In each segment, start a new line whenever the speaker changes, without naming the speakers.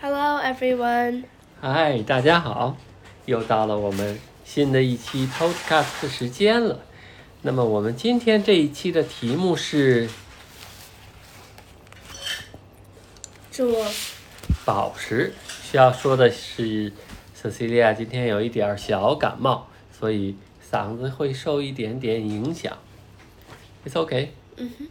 Hello, everyone.
嗨，哎大家好，又到了我们新的一期 Podcast 的时间了。那么我们今天这一期的题目是
祝
宝石，需要说的是，Cecilia 今天有一点儿小感冒，所以嗓子会受一点点影响。It's okay。
嗯
哼。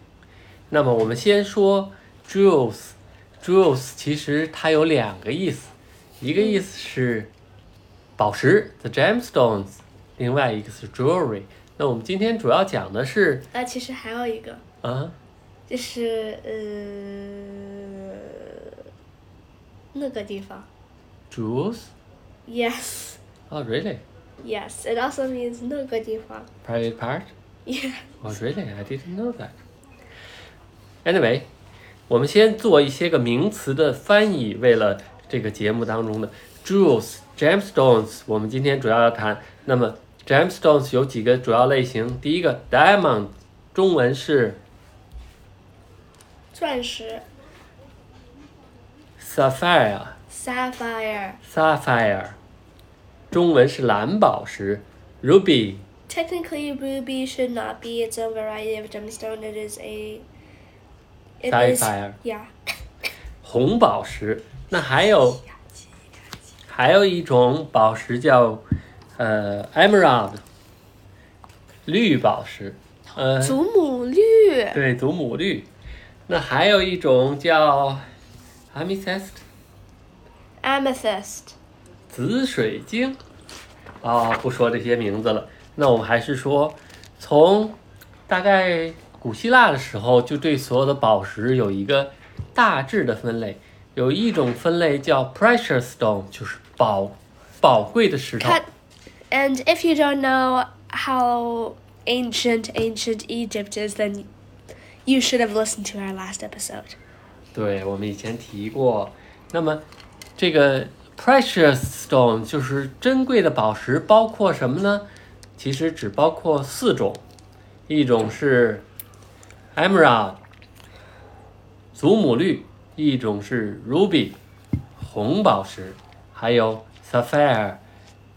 那么我们先说 jewels，jewels 其实它有两个意思，一个意思是宝石，the gemstones，另外一个是 jewelry。那我们今天主要讲的是
呃，其实还有一个，
啊，
就是呃那个地方。
jewels。
Yes,
哦、r e a l l y
yes. It also means 那个地方。
Private part.
Yeah.
Oh, really? I didn't know that. Anyway，我们先做一些个名词的翻译，为了这个节目当中的 jewels、gemstones，我们今天主要要谈。那么 gemstones 有几个主要类型？第一个 diamond，中文是
钻石
sapphire。
（sapphire）。
sapphire，中文是蓝宝石，ruby
Technically, ruby should not be its own variety of gemstone. It is a. It is.
sapphire，
Yeah.
红宝石。那还有还有一种宝石叫呃 emerald，绿宝石，呃，
祖母绿
对，祖母绿。那还有一种叫 amethyst，
（amethyst）。
紫水晶。啊、不说这些名字了。那我们还是说，从大概古希腊的时候，就对所有的宝石有一个大致的分类。有一种分类叫 precious stone，就是宝宝贵的石头。
Cut. And if you don't know how ancient ancient Egypt is, then you should have listened to our last episode.
对，我们以前提过。那么，这个 precious stone 就是珍贵的宝石，包括什么呢？其实只包括四种，一种是 emerald，祖母绿；一种是 ruby，红宝石；还有 sapphire，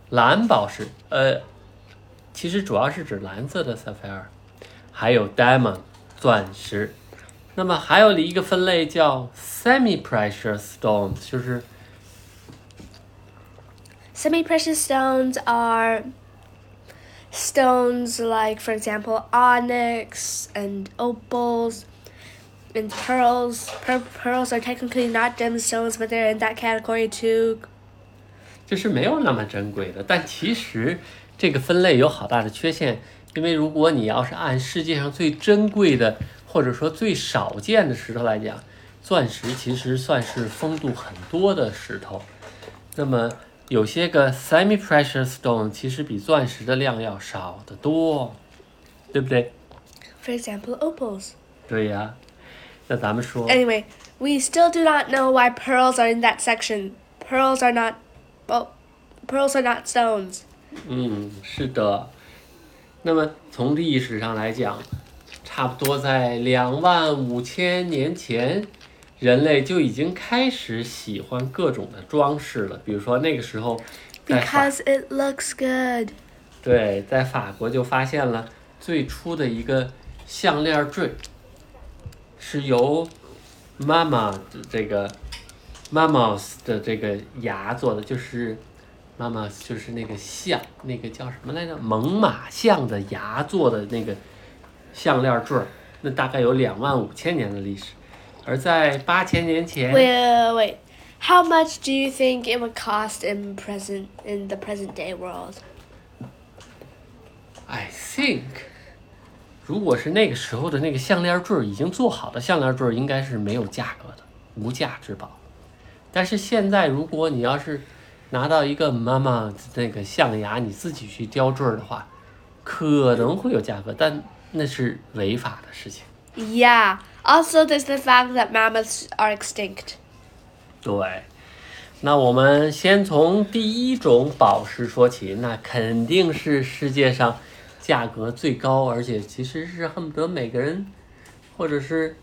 蓝宝石。呃，其实主要是指蓝色的 sapphire，还有 diamond，钻石。那么还有一个分类叫 semi-precious stones，就是
Semi-precious stones are stones like, for example, onyx and opals and pearls. Per- pearls are technically not gemstones, but they're in that category too.
就是没有那么珍贵的。但其实这个分类有好大的缺陷，因为如果你要是按世界上最珍贵的或者说最少见的石头来讲，钻石其实算是风度很多的石头。那么有些个 semi-precious stone 其实比钻石的量要少得多，对不对？
For example, opals.
对呀、那咱们说。
Anyway, we still do not know why pearls are in that section. Pearls are not, well, pearls are not stones.
嗯，是的。那么从历史上来讲，差不多在两万五千年前，人类就已经开始喜欢各种的装饰了。比如说那个时候，在法
Because it looks good.
对，在法国就发现了最初的一个项链坠，是由妈妈的这个 mammals 的这个牙做的，就是 mammals 就是那个象，那个叫什么来着？猛犸象的牙做的那个项链坠儿，那大概有两万五千年的历史。而在八千年前，
Wait, wait, wait, wait. How much do you think it would cost in present in the present day world?
I think，如果是那个时候的那个项链坠儿，已经做好的项链坠儿应该是没有价格的，无价之宝。但是现在，如果你要是拿到一个妈妈那个象牙，你自己去雕坠儿的话，可能会有价格，但那是违法的事情。
Yeah. Also, there's the fact that mammoths are extinct.
对，那我们先从第一种宝石说起，那肯定是世界上价格最高，而且其实是恨不得每个人或者是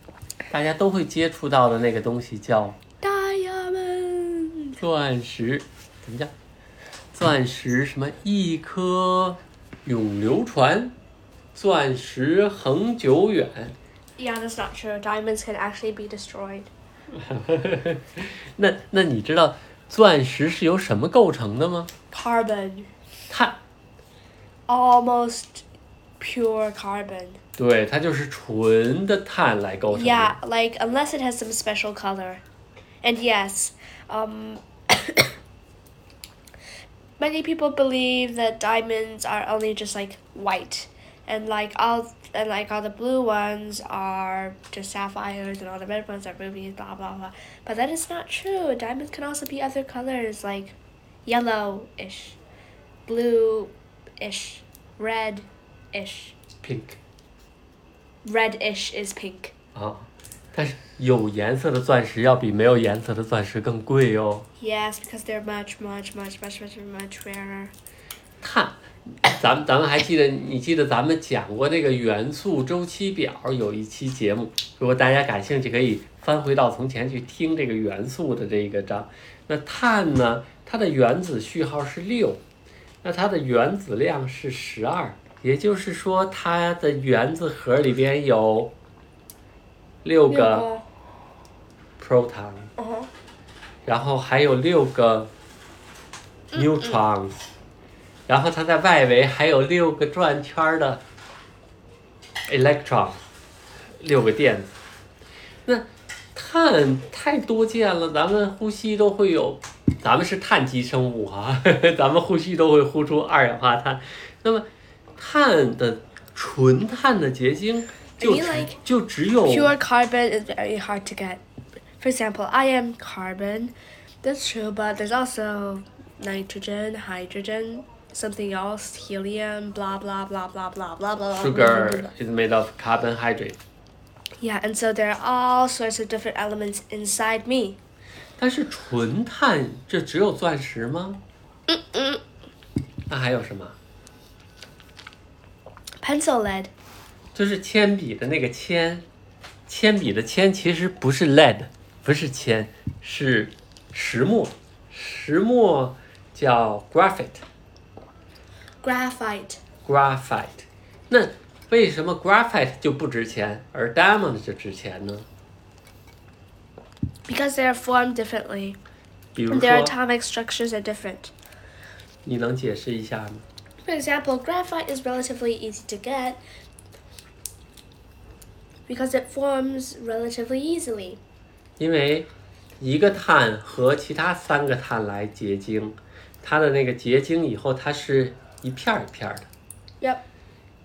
大家都会接触到的那个东西，叫
Diamonds.
钻石怎么讲？钻石什么一颗永流传，钻石恒久远。
Yeah, that's not true. Diamonds can actually be destroyed.
那 那你知道钻石是由什么构成的吗？
Carbon,
碳，
almost pure carbon.
对，它就是纯的碳来构成的。
Yeah, like unless it has some special color. And yes, um many people believe that diamonds are only just like white and like all and like all the blue ones are just sapphires and all the red ones are rubies, blah blah blah. But that is not true. Diamonds can also be other colors like yellow ish, blue ish, red ish.
Pink
Red ish is pink.
啊，但是有颜色的钻石要比没有颜色的钻石更贵哦。
Yes, because they're much, much, much, much, much, much rarer.
碳，咱们咱们还记得，你记得咱们讲过那个元素周期表有一期节目，如果大家感兴趣，可以翻回到从前去听这个元素的这个章。那碳呢，它的原子序号是六，那它的原子量是十二，也就是说它的原子核里边有六个 proton，
Uh-huh.
然后还有六个
嗯
neutron，、然后它在外围还有六个转圈儿的 electron，六个电子。那碳太多见了，咱们呼吸都会有，咱们是碳基生物啊， 咱们呼吸都会呼出二氧化碳。那么碳的纯碳的结晶
I
就
mean
只
like
就只有
Pure carbon is very hard to get. For example, I am carbon. That's true, but there's also nitrogen, hydrogen, something else, helium, blah blah blah blah blah blah blah. blah, blah, blah,
sugar
blah.
is made of carbohydrate。
Yeah, and so there are all sorts of different elements inside me.
但是纯碳这只有钻石吗？那还有什么？
Pencil lead.
就是铅笔的那个铅，铅笔的铅其实不是 lead，不是铅，是石墨，石墨叫 graphite，graphite。
Graphite.
那为什么 graphite 就不值钱，而 diamond 就值钱呢？
Because they are formed differently.
比如
And their
说，
atomic structures are different.
你能解释一下吗？
For example, graphite is relatively easy to get because it forms relatively easily.
因为一个碳和其他三个碳来结晶，它的那个结晶以后它是一片儿一片儿的，
Yep.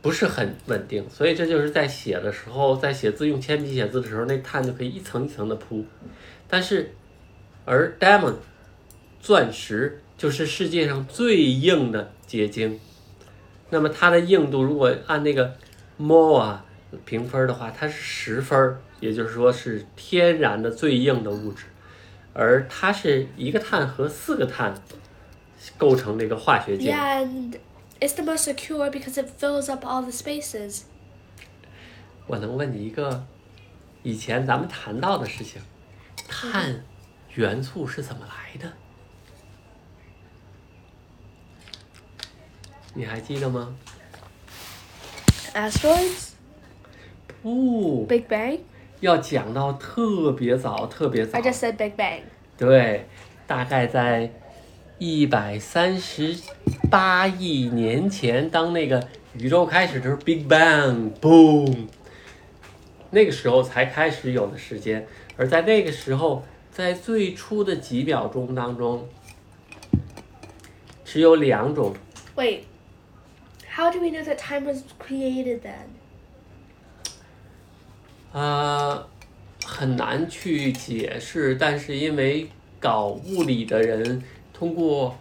不是很稳定，所以这就是在写的时候，在写字用铅笔写字的时候，那碳就可以一层一层的铺。但是，而 diamond 钻石就是世界上最硬的结晶，那么它的硬度如果按那个 m 啊评分的话，它是十分儿，也就是说是天然的最硬的物质，而它是一个碳和四个碳构成这个化学键。
Yeah, and it's the most secure because it fills up all the spaces.
我能问你一个以前咱们谈到的事情：碳元素是怎么来的？你还记得吗？
Asteroids?
不，
Big Bang?
哦要讲到特别早，特别早
I，just said Big Bang.
对，大概在一百三十八亿年前，当那个宇宙开始的时候，Big Bang，boom，那个时候才开始有的时间。而在那个时候，在最初的几秒钟当中，只有两种
Wait. How do we know that time was created then?
呃，很难去解释，但是因为搞物理的人通过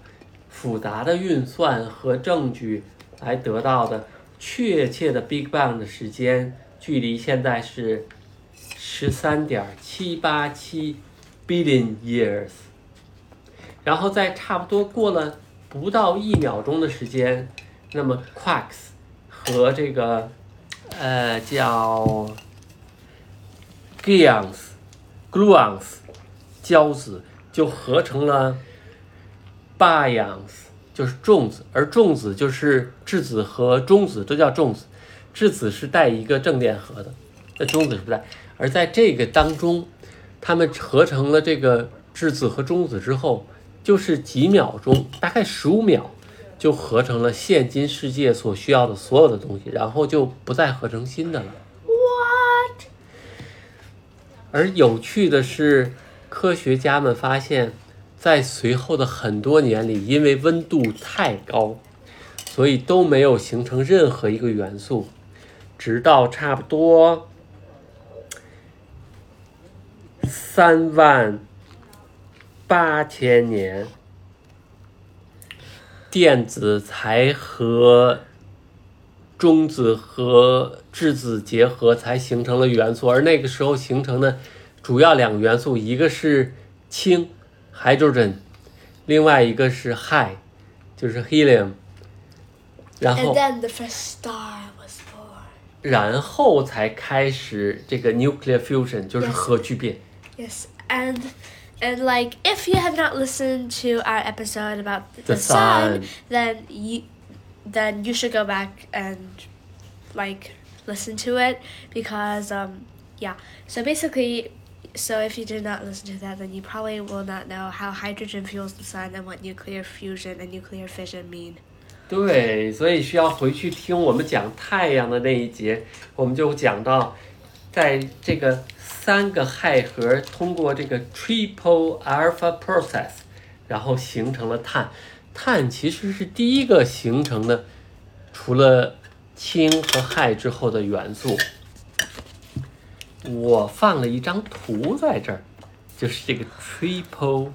复杂的运算和证据来得到的确切的 Big Bang 的时间，距离现在是十三点七八七 billion years。然后在差不多过了不到一秒钟的时间，那么 quarks 和这个呃叫 gluons gluons 胶子就合成了 baryons，就是重子，而重子就是质子和中子都叫重子，质子是带一个正电荷的，那中子是不带。而在这个当中，它们合成了这个质子和中子之后，就是几秒钟，大概十五秒。就合成了现今世界所需要的所有的东西，然后就不再合成新的了。
What？
而有趣的是，科学家们发现，在随后的很多年里，因为温度太高，所以都没有形成任何一个元素，直到差不多三万八千年，电子才和中子和质子结合才形成了元素，而那个时候形成的主要两个元素，一个是氢 （hydrogen），另外一个是氦，就是 helium。然
And
后，
then the first star was born.
然后才开始这个 nuclear fusion，就是核聚变。
Yes, and and like if you have not listened to our episode about the,
The
sun,
sun.
then you then you should go back and like listen to it because um yeah. So basically so if you did not listen to that then you probably will not know how hydrogen fuels the sun and what nuclear fusion and nuclear fission mean.
对，所以需要回去听我们讲太阳的那一节，我们就讲到，在这个三个氦核通过这个 triple alpha process，然后形成了碳。碳其实是第一个形成的，除了氢和氦之后的元素。我放了一张图在这儿，就是这个 triple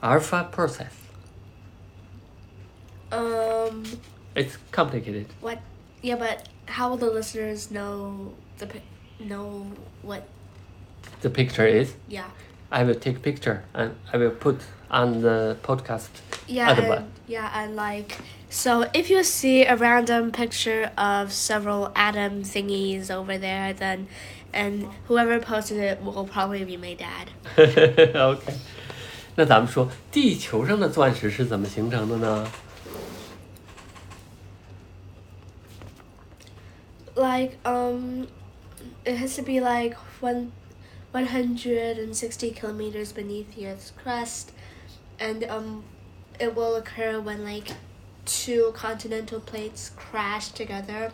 alpha process。
Um
It's complicated.
what yeah, but how will the listeners know the pi- know what
The picture is.
yeah.
I will take picture and I will put on the podcast.
Yeah,
Otherwise-
and, yeah, and like so, if you see a random picture of several atom thingies over there, then and whoever posted it will probably be my dad.
OK，那咱们说地球上的钻石是怎么形成的呢？
Like um, it has to be like one, one hundred and sixty kilometers beneath the Earth's crust, and um, it will occur when like two continental plates crash together.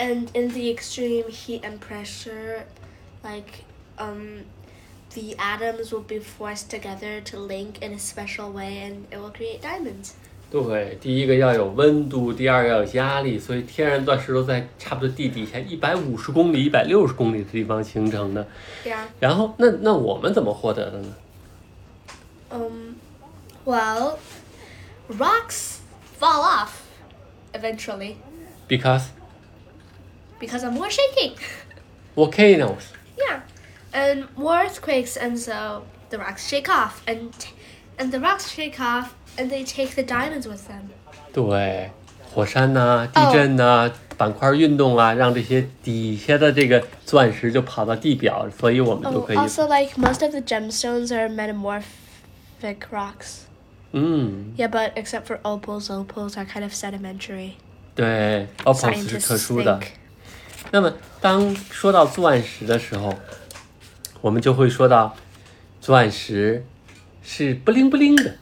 and in the extreme heat and pressure like um the atoms will be forced together to link in a special way and it will create diamonds
对，第一个要有温度，第二个要有压力，所以天然钻石都在差不多地底下一百五十公里、一百六十公里的地方形成的。
yeah
然后，那那我们怎么获得的呢？
um well rocks fall off eventually
Because
because of more shaking
volcanoes.
yeah and more earthquakes and so the rocks shake off and t- and the rocks shake off and they take the diamonds with them
对，火
哦
山呐、地震呐、板块运动啊，让这些底下的这个钻石就跑到地表，所以我们就
Oh,
可以，
also, like most of the gemstones are metamorphic rocks.
嗯，
Yeah, but except for opals, opals are kind of sedimentary.
对，opals 是
Scientists
特殊的。
think.
那么，当说到钻石的时候，我们就会说到，钻石是不灵不灵的，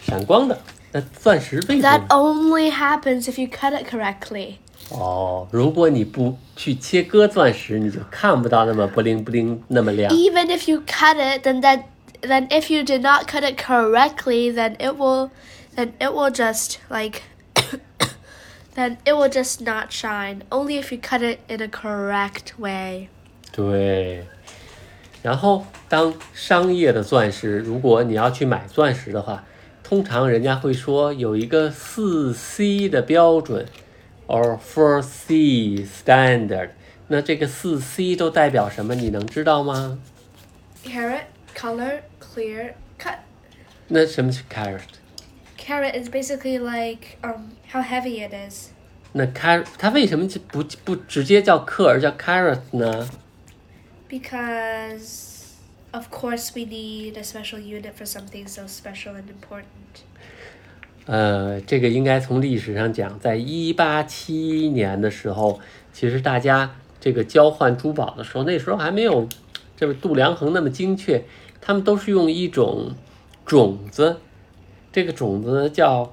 闪光的。那钻石为什
That
么？
only happens if you cut it correctly.
哦，如果你不去切割钻石，你就看不到那么不灵不灵那么亮。
Even if you cut it, then that then if you did not cut it correctly, then it will then it will just like then it will just not shine. Only if you cut it in a correct way.
对，然后当商业的钻石，如果你要去买钻石的话，通常人家会说有一个四 C 的标准，or four C standard。那这个四 C 都代表什么？你能知道吗？
Carrot, color, clear, cut.
那什么是 carat？
Carrot is basically like um how heavy it is.
那 car 它为什么就不不直接叫克而叫 carat 呢？
Because Of course, we need a special unit for something so special and important.
呃，这个应该从历史上讲，在一八七一年的时候，其实大家这个交换珠宝的时候，那时候还没有这个度量衡那么精确，他们都是用一种种子，这个种子呢叫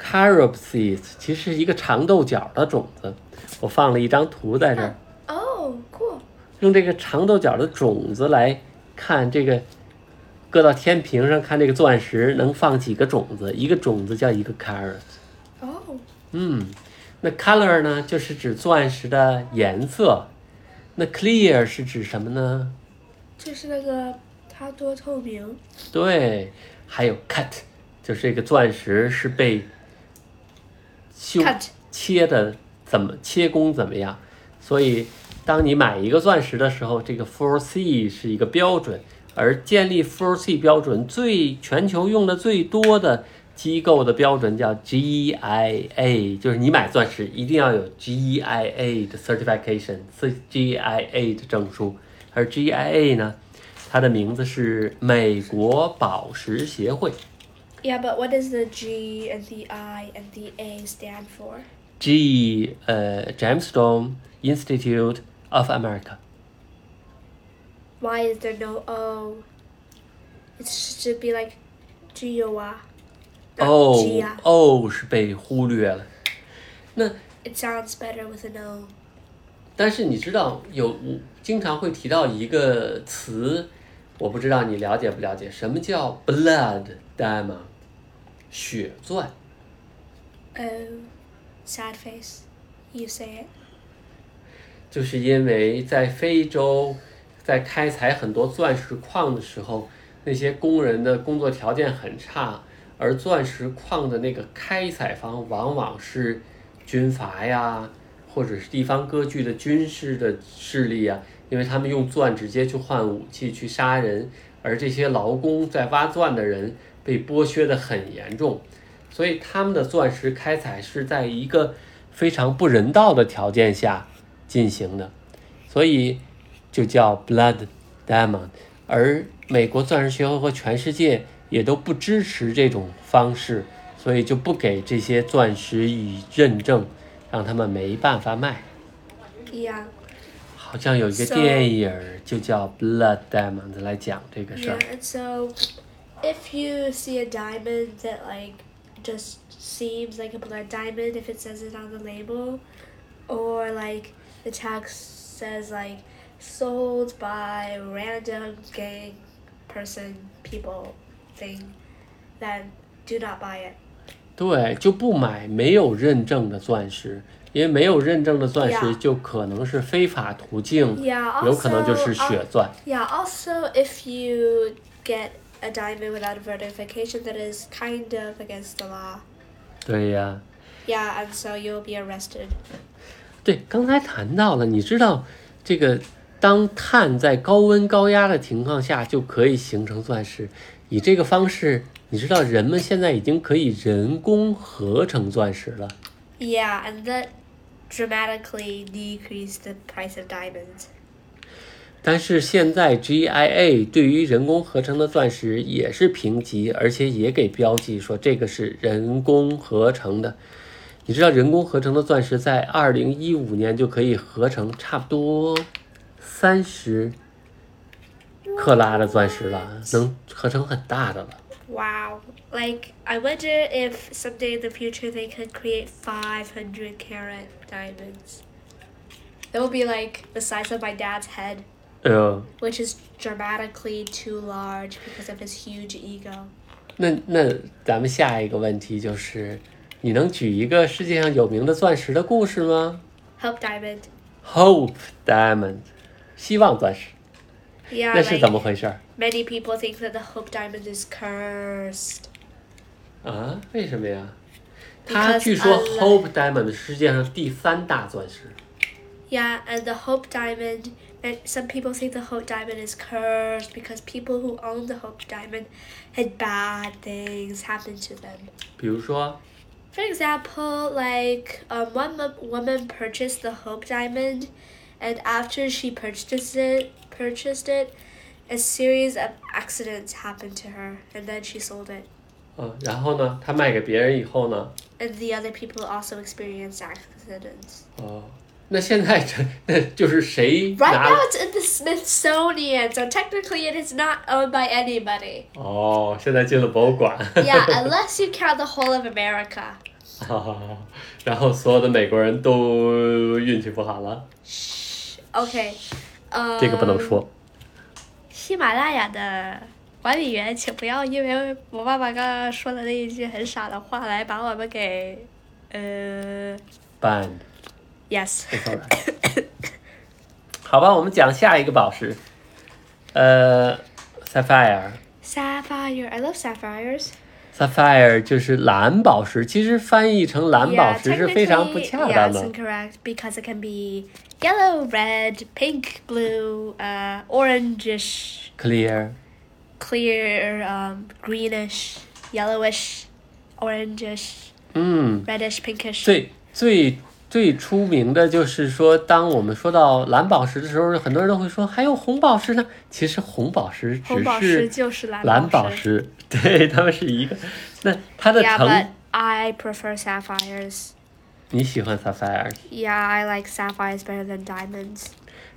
carob seeds，其实是一个长豆角的种子。我放了一张图在这儿，
Oh, cool.
用这个长豆角的种子来看这个，搁到天平上看这个钻石能放几个种子，一个种子叫一个 carat。
Oh,
嗯，那 color 呢，就是指钻石的颜色。那 clear 是指什么呢？
就是那个它多透明。
对，还有 cut，就是这个钻石是被修
Cut
切的怎么切工怎么样。所以，当你买一个钻石的时候，这个 Four C 是一个标准，而建立 Four C 标准最全球用的最多的机构的标准叫 GIA，就是你买钻石一定要有 GIA 的 certification，是 GIA 的证书。而 GIA 呢，它的名字是美国宝石协会。
Yeah, but what does the G and the I and the A stand for?
G 呃 Gemstone Institute of America。
Why is there no O? It should be like GOA. not
哦
GIA.
哦是被忽略了。那
It sounds better with an O.
但是你知道有经常会提到一个词，我不知道你了解不了解，什么叫 blood diamond？血钻。
Oh, sad face. You say it.
就是因为在非洲，在开采很多钻石矿的时候，那些工人的工作条件很差，而钻石矿的那个开采方往往是军阀呀，或者是地方割据的军事的势力呀，因为他们用钻直接去换武器去杀人，而这些劳工在挖钻的人被剥削的很严重，所以他们的钻石开采是在一个非常不人道的条件下。进行的，所以就叫 Blood Diamond。而美国钻石协会和全世界也都不支持这种方式，所以就不给这些钻石以认证，让他们没办法卖。
Yeah.
好像有一个
So-
电影儿就叫《Blood Diamond》来讲这个事
Yeah,
儿。
and so if you see a diamond that like just seems like a blood diamond if it says it on the label, or like the tag says like sold by random gang person people thing, then do not buy it.
对，就不买没有认证的钻石，因为没有认证的钻石
Yeah
就可能是非法途径，
Yeah, also 啊
有可能就是血钻。
Yeah, also, if you get a diamond without a verification, that is kind of against the law.
对呀、
Yeah, and so you'll be arrested.
对，刚才谈到了，你知道这个当碳在高温高压的情况下就可以形成钻石，以这个方式，你知道人们现在已经可以人工合成钻石了。
Yeah, and that dramatically decreased the price of diamonds.
但是现在 GIA 对于人工合成的钻石也是评级，而且也给标记说这个是人工合成的。你知道人工合成的钻石在二零一五年就可以合成差不多三十克拉的钻石了，能合成很大的了。
Wow. Like, I wonder if someday in the future they could create 500 carat diamonds. That would be like the size of my dad's head,
呃，
which is dramatically too large because of his huge ego.
那那咱们下一个问题就是，你能举一个世界上有名的钻石的故事吗
Help diamond.
？Hope Diamond，希望钻石。
Yeah,
那是
like,
怎么回事儿
many people think that the Hope diamond is cursed.
啊？为什么呀？它
Because
据说
I like-
Hope Diamond 是世界上第三大钻石。
Yeah, and the Hope Diamond, and some people think the Hope Diamond is cursed because people who own the Hope Diamond had bad things happen to them.
比如说，
For example, like um, one mo- woman purchased the Hope Diamond, and after she purchased it, purchased it, a series of accidents happened to her, and then she sold it.
嗯，然后呢，他卖给别人以后呢，
And the other people also experienced accidents.
哦，那现在这那就是谁
Right
拿
now, it's in the Smithsonian, so technically, it is not owned by anybody.
哦，现在进了博物馆，
Yeah, unless you count the whole of America.
哦，然后所有的美国人都运气不好了，
Okay. 呃，
这个不能说。
喜马拉雅的管理员，请不要因为我爸爸刚刚说的那一句很傻的话来把我们给，呃
ban
，yes，
it's alright 好吧，我们讲下一个宝石，呃，sapphire。
sapphire，I love sapphires。
Sapphire 就是蓝宝石，其实翻译成蓝宝
Yeah,
石是非常不
technically,
恰当
Yes,
的。
incorrect because it can be yellow, red, pink, blue, uh, orangish,
Clear，
clear, um, greenish, yellowish, orangish,
嗯，
reddish, pinkish.
最最最出名的就是说，当我们说到蓝宝石的时候，很多人都会说还有红宝石呢。其实红宝石只
红宝石
是
就是蓝
蓝
宝
宝石， 对，它们是一个。那它的
Yeah,
成，
but I prefer sapphires.
你喜欢 Sapphire，
Yeah, I like sapphires better than diamonds.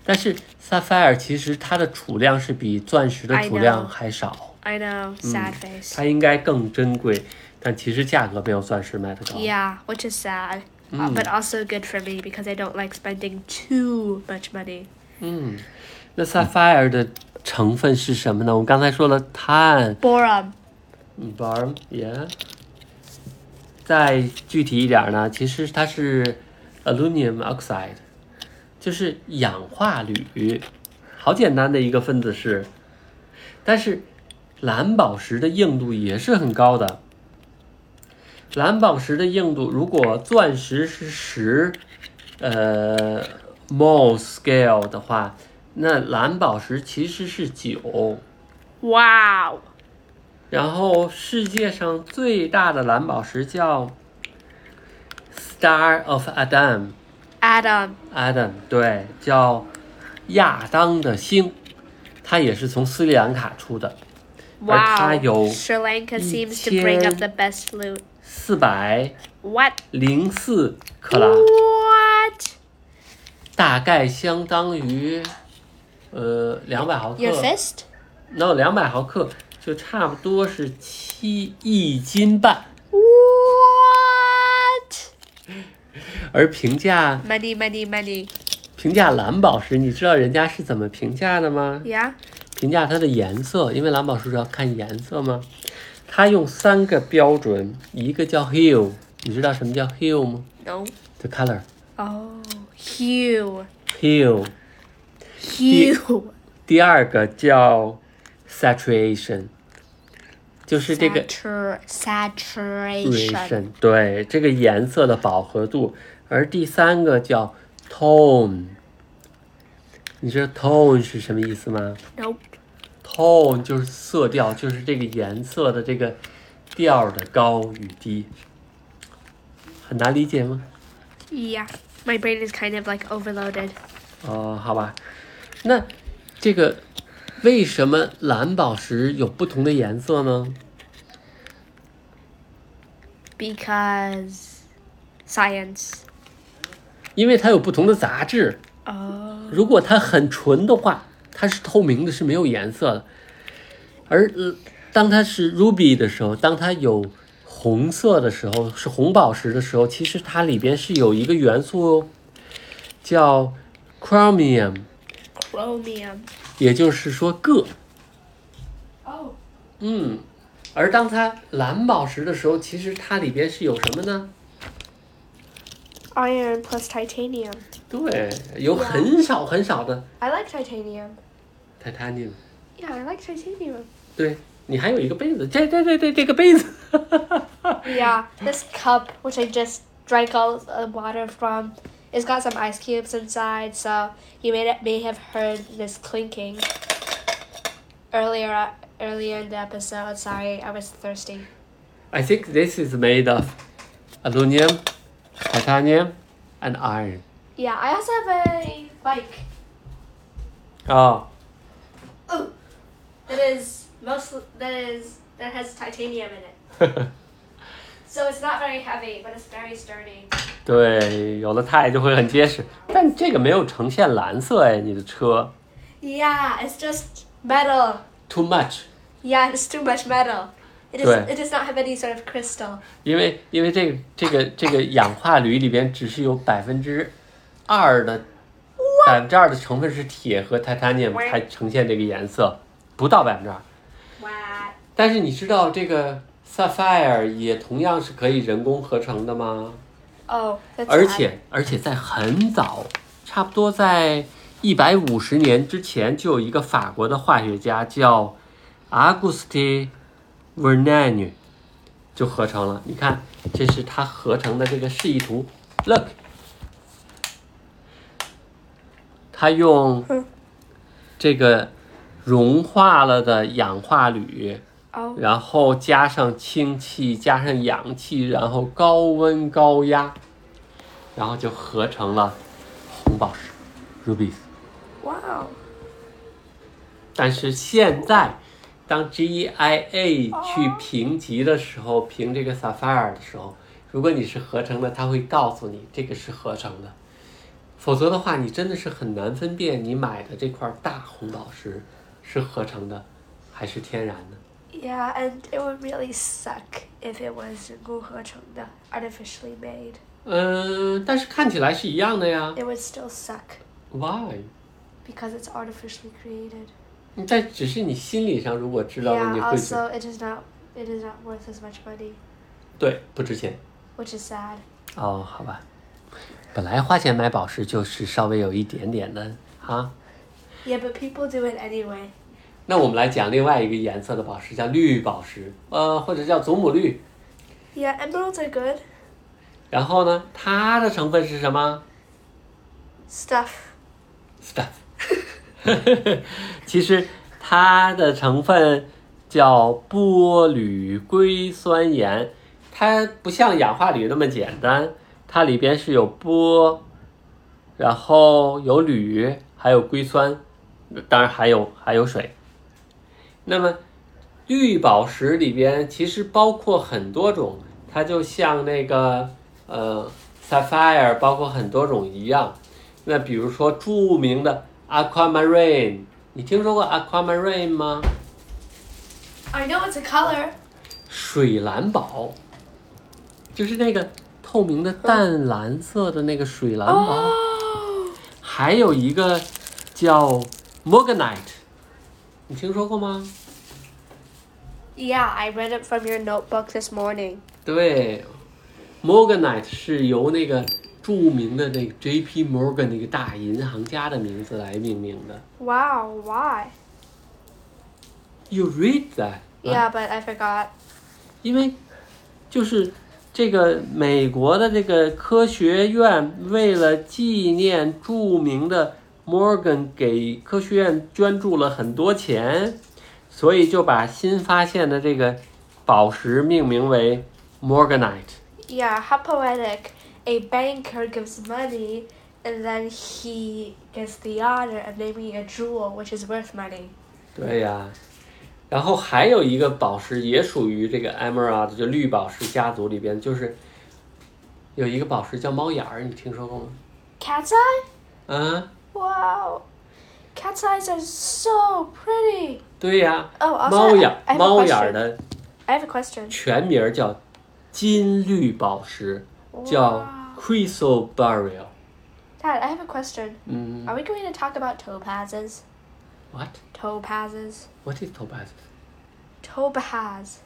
但是 sapphire 其实它的储量是比钻石的
I
储
know
量还少，
I know,
Mm.
sad face.
它应该更珍贵，但其实价格没有钻石卖的高。
Yeah, which is sad, uh,
Mm.
but also good for me because I don't like spending too much money.
那 sapphire 的成分是什么呢？我们刚才说了碳
Borum.
b a r m yeah。再具体一点儿呢，其实它是 aluminum oxide，就是氧化铝，好简单的一个分子式。但是蓝宝石的硬度也是很高的。蓝宝石的硬度，如果钻石是十，呃，mole scale 的话，那蓝宝石其实是九。
Wow.
然后世界上最大的蓝宝石叫 Star of Adam，Adam
Adam.
对，叫亚当的星，它也是从斯里兰卡出的，
Wow.
而它有
Sri Lanka seems to bring up
1000
the best loot.
四百
What?
零四克拉，
What?
大概相当于呃两百毫克
Your fist?
然后两百毫克就差不多是七一斤半，
What?
而评价
Money, money, money.
评价蓝宝石，你知道人家是怎么评价的吗？
Yeah.
评价它的颜色，因为蓝宝石要看颜色吗？它用三个标准，一个叫 hue，你知道什么叫 hue 吗
No.
？The color
Oh, hue.
hue。
Hue.
第二个叫 saturation，就是这个
Satur- saturation.
ration，对这个颜色的饱和度。而第三个叫 tone，你知道 tone 是什么意思吗？
Nope.
tone 就是色调，就是这个颜色的这个调儿的高与低，很难理解吗？
Yeah. My brain is kind of like overloaded.
哦，好吧，那这个为什么蓝宝石有不同的颜色呢？
Because science.
因为它有不同的杂质，
Oh.
如果它很纯的话，它是透明的，是没有颜色的。而呃当它是 ruby 的时候，当它有红色的时候，是红宝石的时候，其实它里边是有一个元素哦叫 chromium，
Chromium.
也就是说铬。
Oh.
嗯，而当它蓝宝石的时候，其实它里边是有什么呢？
Iron plus titanium.
对，有很少很少的
I like titanium.
titanium。
Yeah, I like titanium.
对你还有一个杯子，这这这这这个杯子。
Yeah, this cup, which I just drank all the water from, it's got some ice cubes inside, so you may, may have heard this clinking earlier earlier in the episode. Sorry, I was thirsty.
I think this is made of aluminum, titanium, and iron.
Yeah, I also have a bike.
哦，
Oh, that is mostly that is that has titanium in it. So it's not very heavy, but it's very sturdy.
对，有了钛就会很结实，但这个没有呈现蓝色哎，你的车
Yeah, it's just metal.
too much，
Yeah, it's too much metal. It is.
Right.
It does not have any sort of crystal.
因为因为这个这个这个氧化铝里边只是有百分之二的百分之二的成分是铁和 titanium 才呈现这个颜色，不到百分之二。
Wow.
但是你知道这个 sapphire 也同样是可以人工合成的吗？
Oh, that's
而
bad.
且而且在很早，差不多在一百五十年之前，就有一个法国的化学家叫 Auguste Vergne，就合成了。你看，这是他合成的这个示意图。Look，他用
嗯
这个融化了的氧化铝。
Oh.
然后加上氢气，加上氧气，然后高温高压，然后就合成了红宝石 （rubies）。
Wow.
但是现在，当 GIA 去评级的时候，评这个 sapphire 的时候，如果你是合成的，它会告诉你这个是合成的，否则的话，你真的是很难分辨你买的这块大红宝石是合成的还是天然的。
Yeah, and it would really suck if it was 人工合成的, artificially made.
嗯，但是看起来是一样的呀。
It would still suck
Why？
because it's artificially created.
但只是你心理上如果知道了，你
yeah,
会觉得
also it is not it is not worth as much money,
对不值钱。
which is sad.
哦，好吧，本来花钱买宝石就是稍微有一点点的啊。
Yeah, but people do it anyway.
那我们来讲另外一个颜色的宝石，叫绿宝石，呃，或者叫祖母绿。
Yeah, emeralds are good
然后呢，它的成分是什么
stuff.
？stuff。其 实它的成分叫玻铝硅酸盐，它不像氧化铝那么简单，它里边是有玻，然后有铝，还有硅酸，当然还有还有水。那么绿宝石里边其实包括很多种，它就像那个呃 sapphire 包括很多种一样。那比如说著名的 aquamarine，你听说过 aquamarine 吗？
I know it's a color.
水蓝宝，就是那个透明的淡蓝色的那个水蓝宝。
Oh,
还有一个叫 Morganite，你听说过吗？
yeah, I read it from your notebook this morning.
对，Morganite 是由那个著名的那个 J.P. Morgan 那个大银行家的名字来命名的。
Wow, why?
You read that？啊
Yeah, but I forgot.
因为就是这个美国的这个科学院为了纪念著名的 Morgan，给科学院捐助了很多钱，所以就把新发现的这个宝石命名为 Morganite。
Yeah, how poetic. A banker gives money and then he gets the honor of naming a jewel which is worth money.
对呀、然后还有一个宝石也属于这个 Emerald，就绿宝石家族里边，就是有一个宝石叫猫眼儿，你听说过吗？
Cat's eye?
嗯，
Wow. Cat's eyes are so pretty.
对呀、
Oh, also, I,
猫眼
I have a
猫眼
question.
儿的
I have a question.
全名儿叫金绿宝石，叫
Wow.
chrysobarial。
Dad, I have a question.
嗯
Are we going to talk about topazes?
，what
Topazes?
what is topaz?
Topaz.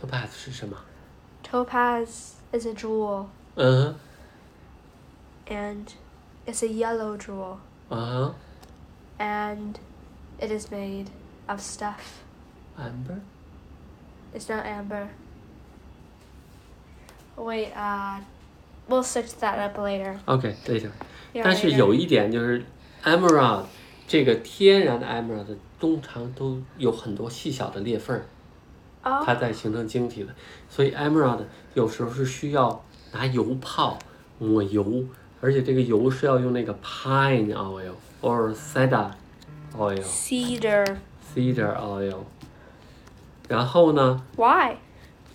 Topaz 是什么？
Topaz is a jewel
嗯
and it's a yellow jewel
哼啊
and it is made of stuff.
，amber
It's not amber. Wait, uh, we'll search that up later.
OK later。
Yeah,
但是
later.
有一点就是 emerald 这个天然的 emerald 通常都有很多细小的裂缝儿，它
Oh,
在形成晶体的，所以 emerald 有时候是需要拿油泡抹油，而且这个油是要用那个 pine oil or cedar oil。
Oh, cedar.
cedar oil。然后呢，
Why?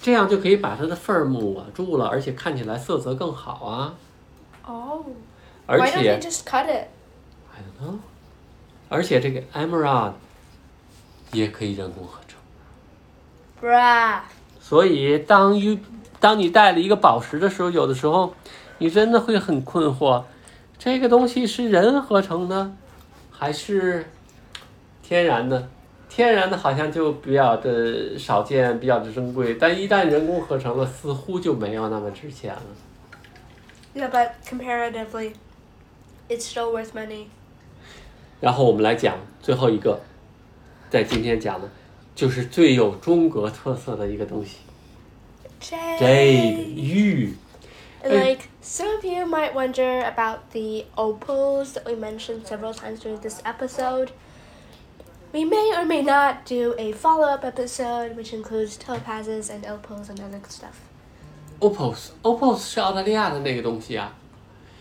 这样就可以把它的缝儿抹住了，而且看起来色泽更好啊。
Oh.
而
Why don't
且
they just cut it?
I don't know。而且这个 emerald 也可以人工合成。
Bruh.
所以当一当你带了一个宝石的时候，有的时候你真的会很困惑，这个东西是人合成的，还是天然的？天然的好像就比较的少见，比较的珍贵，但一旦人工合成了，似乎就没有那么值钱了。
Yeah, but comparatively, it's still worth money.
然后我们来讲最后一个，在今天讲的，就是最有中国特色的一个东西
Jade.
，jade 玉。
And,
Hey.
Like some of you might wonder about the opals that we mentioned several times during this episode. We may or may not do a follow-up episode, which includes topazes and opals and other good stuff.
Opals，Opals 是澳大利亚的那个东西啊。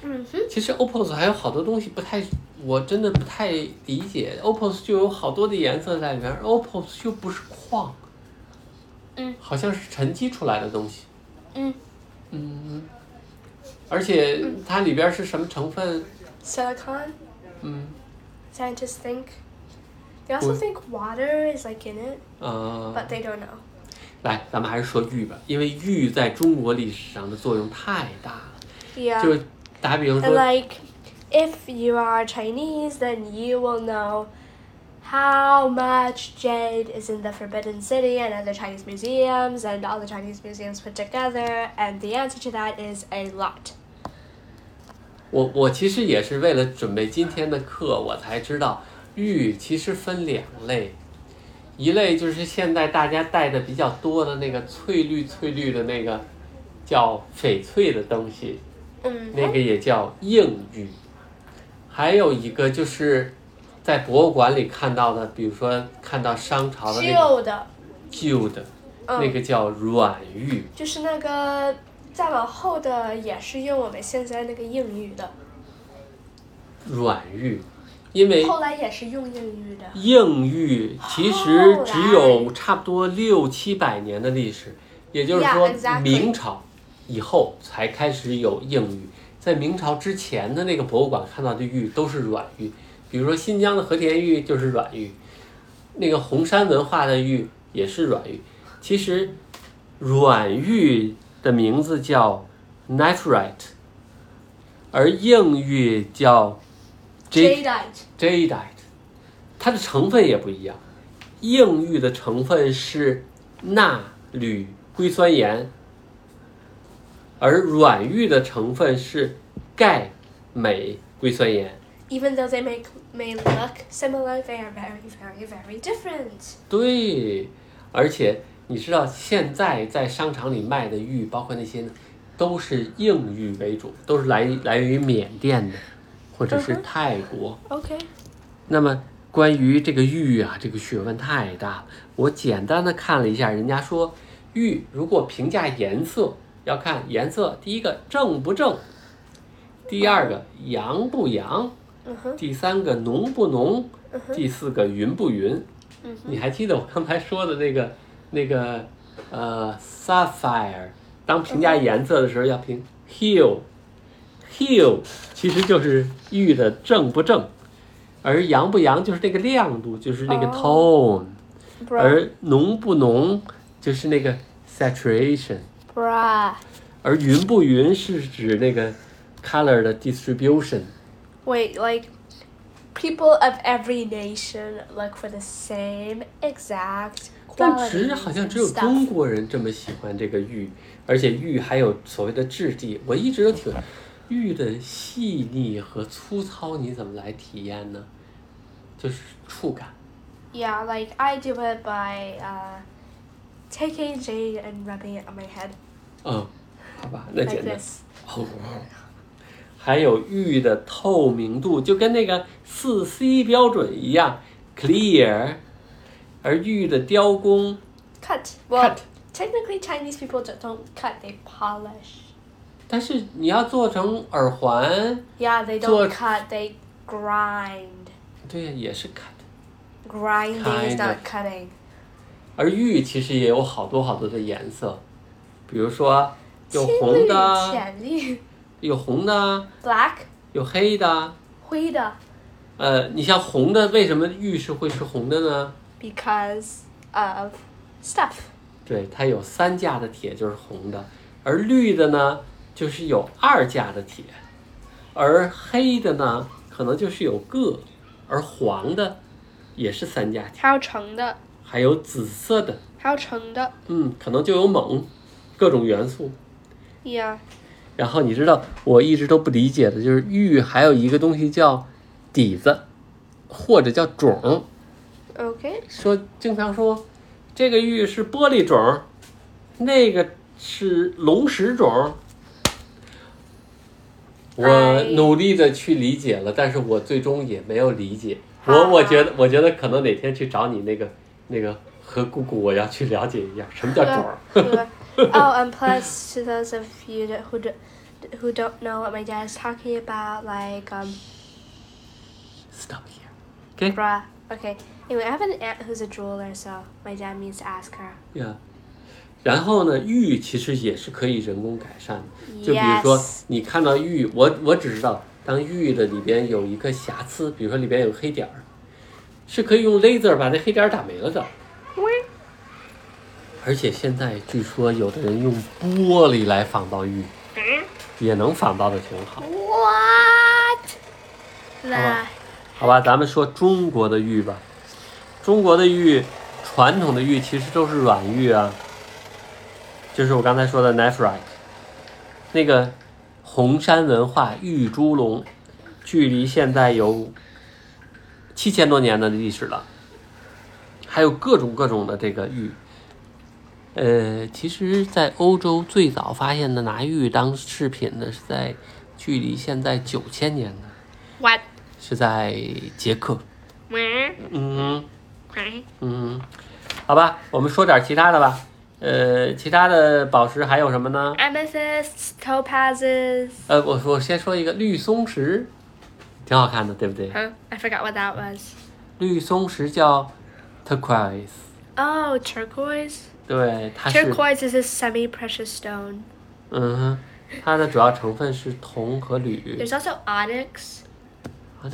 Mm-hmm.
其实 OPPOs 还有好多东西不太，我真的不太理解。OPPOs 就有好多的颜色在里面而，OPPOs 又不是矿，
嗯，
好像是沉积出来的东西，
嗯
嗯，而且它里边是什么成分？
Silicon,
嗯，
scientists think. They also
Well-
think water is like in it,
呃，
but they don't know.
来，咱们还是说玉吧，因为玉在中国历史上的作用太大了。
Yeah.
就打比方
And
说，
like, if you are Chinese, then you will know how much jade is in the Forbidden City and other Chinese museums and all the Chinese museums put together. And the answer to that is a lot.
我我其实也是为了准备今天的课，我才知道玉其实分两类，一类就是现在大家戴的比较多的那个翠绿翠绿的那个叫翡翠的东西，
嗯
那个也叫硬玉，还有一个就是在博物馆里看到的，比如说看到商朝的那个旧的，那个叫软玉。
旧的，就是那个再往后的也是用我们现在那个英语的，后来也是用英语的。
软玉，因为硬玉其实只有差不多六七百年的历史，也就是
Yeah,
说
exactly.
明朝以后才开始有硬玉。在明朝之前的那个博物馆看到的玉都是软玉，比如说新疆的和田玉就是软玉，那个红山文化的玉也是软玉。其实，软玉的名字叫 naturite，而硬玉叫 j
jadeite
jadeite，它的成分也不一样。硬玉的成分是钠、铝、硅酸盐，而软玉的成分是钙、镁、硅酸盐。
Even though they make may look similar, they are very, very, very different.
对，而且你知道现在在商场里卖的玉，包括那些呢，都是硬玉为主，都是来来源于缅甸的，或者是
嗯哼
泰国。
Okay.
那么关于这个玉啊，这个学问太大了。我简单的看了一下，人家说玉如果评价颜色，要看颜色，第一个正不正，第二个阳不阳，
Uh-huh.
第三个浓不浓，
嗯
第四个匀不匀
嗯。
你还记得我刚才说的那个那个呃 sapphire，当评价颜色的时候要评 hue，hue 其实就是玉的正不正，而阳不阳就是那个亮度，就是那个
哦
tone，、
Bruh.
而浓不浓就是那个 saturation，
Bruh.
而匀不匀是指那个 color 的 distribution。
Wait, like people of every nation look for the same exact
但
quality
只好像只有
stuff.
中国人这么喜欢这个玉，而且玉还有所谓的质地。我一直都挺玉的细腻和粗糙，你怎么来体验呢？就是触感。
Yeah, like I do it by uh, taking jade and rubbing it on my head
嗯，好吧，那
like
简单。
this.
哦，还有玉的透明度，就跟那个四 C 标准一样，clear。而玉的雕工
Cut. Well,
cut，
technically Chinese people don't, don't cut; they polish.
但是你要做成耳环，
Yeah, they don't
So-
cut; they grind.
对呀，也是 cut。
grinding is
Kind
not
of.
cutting.
而玉其实也有好多好多的颜色，比如说有红的啊，
青绿、浅绿、
有红的啊，
black、
有黑的啊。呃，你像红的，为什么玉是会是红的呢？
because of stuff.
对，它有三价的铁就是红的，而绿的呢就是有二价的铁，而黑的呢可能就是有铬，而黄的也是三价铁，还有紫色的，嗯，可能就有锰，各种元素。
Yeah.
然后你知道我一直都不理解的就是玉还有一个东西叫底子，或者叫种儿，
Okay.
说经常说这个玉是玻璃种儿，那个是龙石种儿。我
I-
努力的去理解了，但是我最终也没有理解。
好
我
好
我觉得，我觉得可能哪天去找你那个那个和姑姑，我要去了解一下什么叫种儿。
Sure. oh, and plus to those of you that- who do, who don't know what my dad's talking about, like um,
Stop here.
bruh. Okay. Anyway, I have an aunt who's a jeweler, so my dad means to ask her.
Yeah. 然后呢，玉其实也是可以人工改善的。就比如说
Yes.
你看到玉，我我只知道当玉的里边有一个瑕疵，比如说里边有黑点儿，是可以用 laser 把那黑点儿打没了的。而且现在据说有的人用玻璃来仿造玉，也能仿造的挺好，
What? The
好吧？咱们说中国的玉吧，中国的玉，传统的玉其实都是软玉啊，就是我刚才说的 nephrite，那个红山文化玉猪龙，距离现在有七千多年的历史了，还有各种各种的这个玉。呃，其实，在欧洲最早发现的拿玉当饰品的是在距离现在九千年的，
what?
是在捷克。
Where?
嗯
Okay.
嗯，好吧，我们说点其他的吧。呃，其他的宝石还有什么呢？
Amethysts, topazes.
呃，我我先说一个绿松石，挺好看的，对不对？
Huh? I forgot what that was.
绿松石叫 turquoise，
Oh, turquoise.
对，它是
Turquoise is a semi-precious stone.
嗯哼，它的主要成分是铜和铝。
There's also onyx.
啊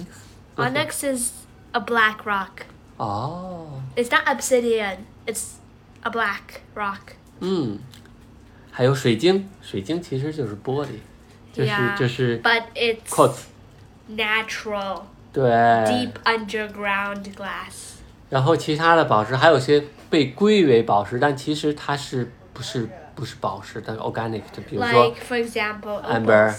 那个
Onyx is a black rock.
哦，
It's not obsidian. It's a black rock.
嗯，还有水晶，水晶其实就是玻璃，就是就是
But it's
quartz，
natural,
对。
deep underground glass.
然后其他的宝石还有些被归为宝石，但其实它是不是不是宝石？但是 organic 的，比如说
Like, for example,
amber、
opals.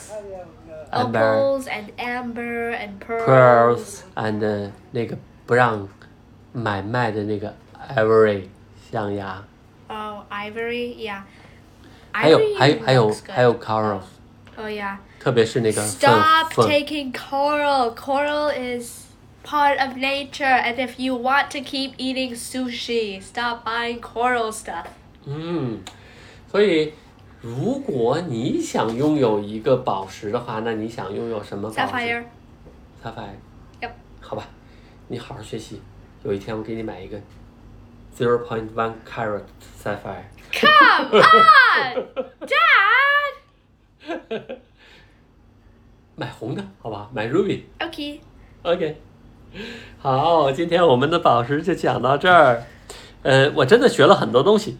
amber、
Opals and amber and
pearls and 呃那个不让买卖的那个 ivory 象牙，
Oh, ivory, yeah.
还有
Ivory
还有还有
looks good.
还有 coral，
Oh yeah.
特别是那个凤
Stop
凤
taking coral. Coral is part of nature, and if you want to keep eating sushi, stop buying coral stuff.
嗯，所以如果你想拥有一个宝石的话，那你想拥有什么宝石
Sapphire.
他发
Yep.
好吧，你好好学习，有一天我给你买一个 zero point one carat sapphire。
Come on, Dad.
买红的，好吧，买 ruby。
Okay.
OK，好，今天我们的宝石就讲到这儿。呃，我真的学了很多东西。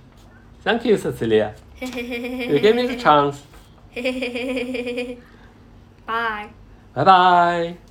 Thank you, Cecilia. You gave me the chance.
Bye.
Bye bye.